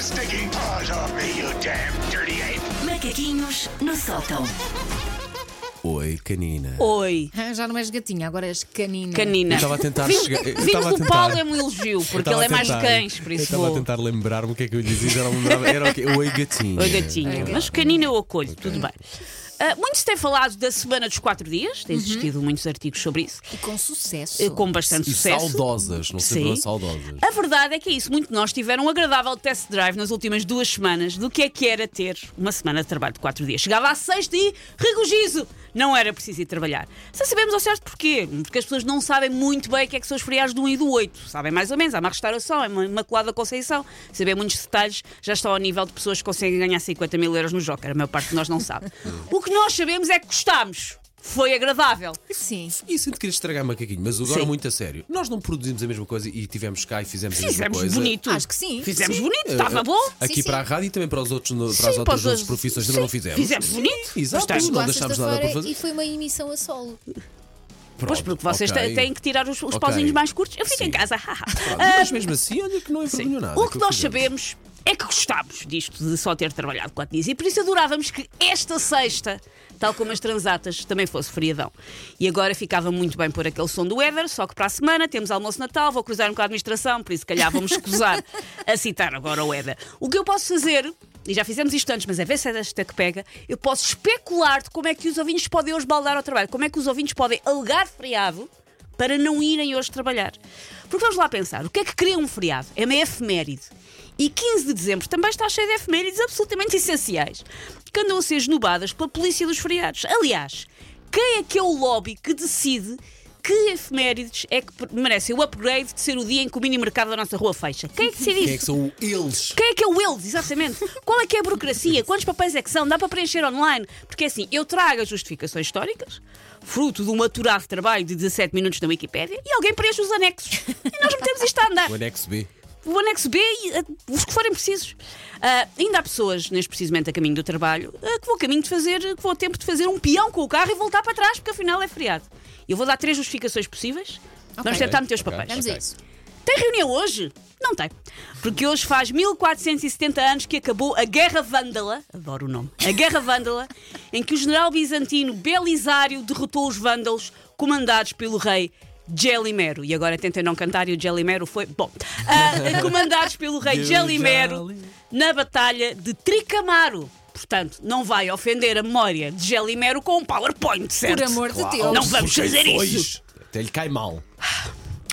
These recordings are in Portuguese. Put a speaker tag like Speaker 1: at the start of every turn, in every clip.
Speaker 1: stinking paws off me, you damn dirty ape!
Speaker 2: Macaquinhos no sótão.
Speaker 3: Oi, canina.
Speaker 4: Oi,
Speaker 5: Ah, Já não és gatinha, agora és canina.
Speaker 3: Eu
Speaker 4: canina.
Speaker 3: estava a tentar
Speaker 4: Vimos,
Speaker 3: chegar. eu
Speaker 4: vimos
Speaker 3: estava a
Speaker 4: do
Speaker 3: tentar-
Speaker 4: Paulo é um elogio,
Speaker 3: eu
Speaker 4: porque
Speaker 3: estava
Speaker 4: ele é
Speaker 3: a
Speaker 4: mais
Speaker 3: tentar-
Speaker 4: cães, por
Speaker 3: Eu
Speaker 4: isso
Speaker 3: estava a
Speaker 4: vou.
Speaker 3: tentar lembrar-me o que é que eu dizia, já não me lembrava. Era o quê? Oi, gatinha.
Speaker 4: Oi,
Speaker 3: É.
Speaker 4: gatinho. Mas canina eu acolho, tudo bem. Ah, muito se tem falado da Semana dos Quatro Dias, tem existido muitos artigos sobre isso,
Speaker 5: E com sucesso.
Speaker 4: eh, com bastante
Speaker 3: E
Speaker 4: sucesso.
Speaker 3: saudosas, não
Speaker 4: Sim.
Speaker 3: sempre saudosas.
Speaker 4: A verdade é que é isso. Muito de nós tiveram um agradável test drive nas últimas duas semanas do que é que era ter uma semana de trabalho de quatro dias. Chegava à sexta e regozijo! Não era preciso ir trabalhar. Só sabemos ao certo porquê. Porque as pessoas não sabem muito bem o que é que são os feriados do 1 e do 8. Sabem mais ou menos. Há uma restauração, é uma Imaculada Conceição. Saber muitos detalhes já estão ao nível de pessoas que conseguem ganhar 50 mil euros no Joker. A maior parte de nós não sabe. o que nós sabemos é que gostámos. Foi agradável.
Speaker 5: Sim.
Speaker 3: E sinto querer estragar macaquinho, um mas agora
Speaker 4: Sim.
Speaker 3: muito a sério. Nós não produzimos a mesma coisa e tivemos cá e fizemos, a mesma
Speaker 4: Fizemos
Speaker 3: coisa.
Speaker 4: bonito.
Speaker 5: Acho que sim.
Speaker 4: Fizemos
Speaker 5: Sim.
Speaker 4: bonito,
Speaker 3: Eh,
Speaker 4: estava
Speaker 3: eh,
Speaker 4: bom.
Speaker 3: Aqui
Speaker 5: Sim,
Speaker 3: para
Speaker 5: sim.
Speaker 3: a rádio e também para, os outros, no- para
Speaker 4: Sim,
Speaker 3: as
Speaker 4: para
Speaker 3: outras
Speaker 4: os
Speaker 3: duas
Speaker 4: outros-
Speaker 3: profissões
Speaker 4: sim,
Speaker 3: também não fizemos.
Speaker 4: fizemos bonito.
Speaker 3: Exato,
Speaker 4: Mas
Speaker 3: não
Speaker 5: à
Speaker 3: deixámos nada para
Speaker 5: sexta-feira
Speaker 3: fazer.
Speaker 5: E foi uma emissão a solo.
Speaker 4: Pois, porque vocês
Speaker 3: ok.
Speaker 4: te- têm que tirar os, os
Speaker 3: Ok.
Speaker 4: pauzinhos mais curtos. Eu fico
Speaker 3: Sim.
Speaker 4: em casa.
Speaker 3: Pronto,
Speaker 4: Ah,
Speaker 3: Mas mesmo assim, olha que não é
Speaker 4: sim.
Speaker 3: vergonha nada.
Speaker 4: O que
Speaker 3: aquilo
Speaker 4: nós
Speaker 3: fizemos.
Speaker 4: sabemos é que gostámos disto de só ter trabalhado quatro dias e por isso adorávamos que esta sexta, tal como as transatas, também fosse feriadão. E agora ficava muito bem por aquele som do Éder, só que para a semana temos almoço de Natal, vou cruzar um com a administração, por isso se calhar vamos escusar a citar agora o Éder. O que eu posso fazer, e já fizemos isto antes, mas a ver se é desta que pega, eu posso especular de como é que os ouvintes podem hoje baldar ao trabalho, como é que os ouvintes podem alegar feriado para não irem hoje trabalhar. Porque vamos lá pensar, o que é que cria um feriado? É uma efeméride. E 15 de dezembro também está cheio de efemérides absolutamente essenciais, que andam a ser esnobadas pela polícia dos feriados. Aliás, quem é que é o lobby que decide que efemérides é que merecem o upgrade de ser o dia em que o mini mercado da nossa rua fecha? Quem é que decide
Speaker 3: Quem é
Speaker 4: isso?
Speaker 3: que são eles?
Speaker 4: Quem é que é o eles, exatamente? Qual é que é a burocracia? Quantos papéis é que são? Dá para preencher online? Porque assim, eu trago as justificações históricas, fruto de um maturado trabalho de 17 minutos na Wikipédia, e alguém preenche os anexos. E nós metemos isto a andar
Speaker 3: O anexo B.
Speaker 4: o anexo B e eh, os que forem precisos. Ah, ainda há pessoas, neste precisamente a caminho do trabalho, ah, que vão a caminho de fazer, que vão a tempo de fazer um peão com o carro e voltar para trás, porque afinal é feriado. Eu vou dar três justificações possíveis. Vamos tentar meter os
Speaker 3: Ok.
Speaker 4: papéis.
Speaker 5: Vamos
Speaker 3: Ok.
Speaker 5: a isso.
Speaker 4: Tem reunião hoje? Não tem. Porque hoje faz 1470 anos que acabou a Guerra Vândala, adoro o nome, a Guerra Vândala, em que o general bizantino Belisário derrotou os vândalos comandados pelo rei Gelimero. E agora tentem não cantar e o Gelimero foi. Bom, ah, comandados pelo rei
Speaker 3: Deus
Speaker 4: Gelimero
Speaker 3: ali.
Speaker 4: na Batalha de Tricamaro. Portanto, não vai ofender a memória de Gelimero com um PowerPoint, certo?
Speaker 5: Por amor de Deus.
Speaker 4: Não vamos
Speaker 3: Porque
Speaker 4: fazer
Speaker 3: dois.
Speaker 4: isso.
Speaker 3: Até lhe cai mal.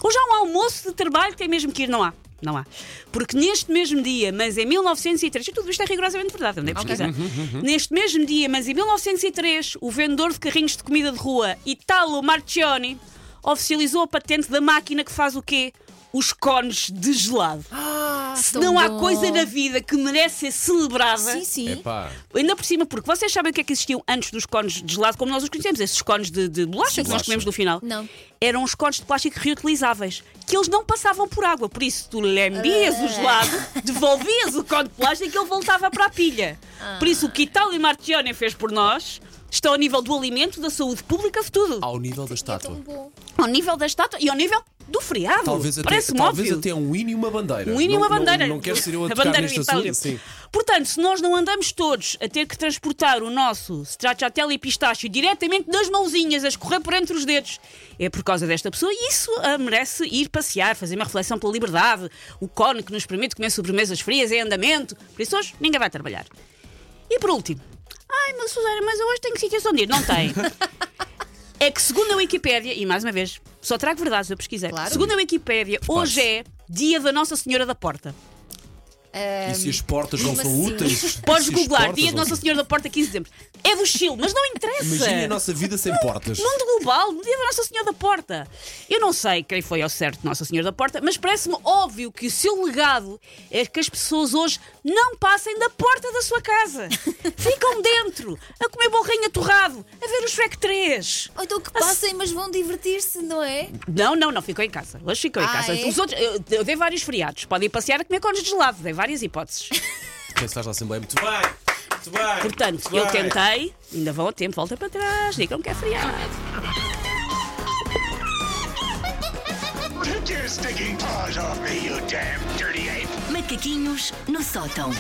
Speaker 4: Hoje há um almoço de trabalho que tem mesmo que ir, não há. Não há. Porque neste mesmo dia, mas em 1903, e tudo isto é rigorosamente verdade, andei a pesquisar.
Speaker 5: Uhum,
Speaker 4: Neste mesmo dia, mas em 1903, o vendedor de carrinhos de comida de rua Italo Marchioni oficializou a patente da máquina que faz o quê? Os cones de gelado. Se
Speaker 5: Ah, tão
Speaker 4: não há
Speaker 5: bom.
Speaker 4: coisa na vida que merece ser celebrada.
Speaker 5: Sim, sim.
Speaker 3: Epá.
Speaker 4: Ainda por cima, porque vocês sabem o que é que existiam antes dos cones de gelado, como nós os conhecemos, esses cones de, de bolacha que nós
Speaker 3: Bolacha.
Speaker 4: comemos no final.
Speaker 5: Não.
Speaker 4: Eram os cones de plástico reutilizáveis, que eles não passavam por água. Por isso, tu lambias o gelado, devolvias o cone de plástico e ele voltava para a pilha. Por isso, o que Itália Martione fez por nós está ao nível do alimento, da saúde pública, de tudo.
Speaker 3: Ao nível da
Speaker 5: É
Speaker 3: estátua.
Speaker 5: tão bom.
Speaker 4: Ao nível da estátua e ao nível do freado.
Speaker 3: Talvez até,
Speaker 4: Parece-me
Speaker 3: talvez
Speaker 4: óbvio.
Speaker 3: até um hino e uma bandeira.
Speaker 4: Um hino e
Speaker 3: Não-
Speaker 4: uma bandeira.
Speaker 3: Não, não quero ser eu a
Speaker 4: A
Speaker 3: tocar
Speaker 4: bandeira
Speaker 3: neste
Speaker 4: de Itália.
Speaker 3: assunto. Sim.
Speaker 4: Portanto, se nós não andamos todos a ter que transportar o nosso stracciatella e pistache diretamente das mãozinhas, a escorrer por entre os dedos, é por causa desta pessoa e isso ah, merece ir passear, fazer uma reflexão pela liberdade, o cone que nos permite comer sobremesas frias em andamento. Por isso hoje ninguém vai trabalhar. E por último, ai, mas Suzana, mas eu hoje tenho sítios onde ir. Não tem. É que segundo a Wikipédia, e mais uma vez, só trago verdades, eu pesquisei.
Speaker 5: Claro.
Speaker 4: Segundo a Wikipédia, hoje é dia da Nossa Senhora da Porta.
Speaker 3: E se as portas não
Speaker 5: Mesmo
Speaker 3: são
Speaker 5: assim.
Speaker 3: úteis?
Speaker 4: Podes
Speaker 3: Se as
Speaker 4: googlar,
Speaker 3: portas
Speaker 4: dia de
Speaker 3: não
Speaker 4: Nossa
Speaker 3: são-
Speaker 4: Senhora da Porta, 15 de dezembro. É do Chile, mas não interessa.
Speaker 3: Imagina a nossa vida sem portas.
Speaker 4: Mundo global, dia da Nossa Senhora da Porta. Eu não sei quem foi ao certo Nossa Senhora da Porta, mas parece-me óbvio que o seu legado é que as pessoas hoje não passem da porta da sua casa. Ficam dentro, a comer borrinha torrado, a ver o Shrek 3.
Speaker 5: Ou então que passem, mas vão divertir-se, não é?
Speaker 4: Não, não, não, ficou em casa. Hoje ficou em
Speaker 5: Ah,
Speaker 4: casa.
Speaker 5: é?
Speaker 4: Os outros, eu, eu dei vários feriados. Podem ir passear a comer cones de gelado, dei várias hipóteses.
Speaker 3: Quem estás na Assembleia? Muito bem! Muito bem!
Speaker 4: Portanto,
Speaker 3: muito
Speaker 4: eu
Speaker 3: bem.
Speaker 4: tentei, ainda vão a tempo, volta para trás, digam que é feriado.
Speaker 1: Take your stinking paws off me, you damn dirty ape!
Speaker 2: Macaquinhos no sótão.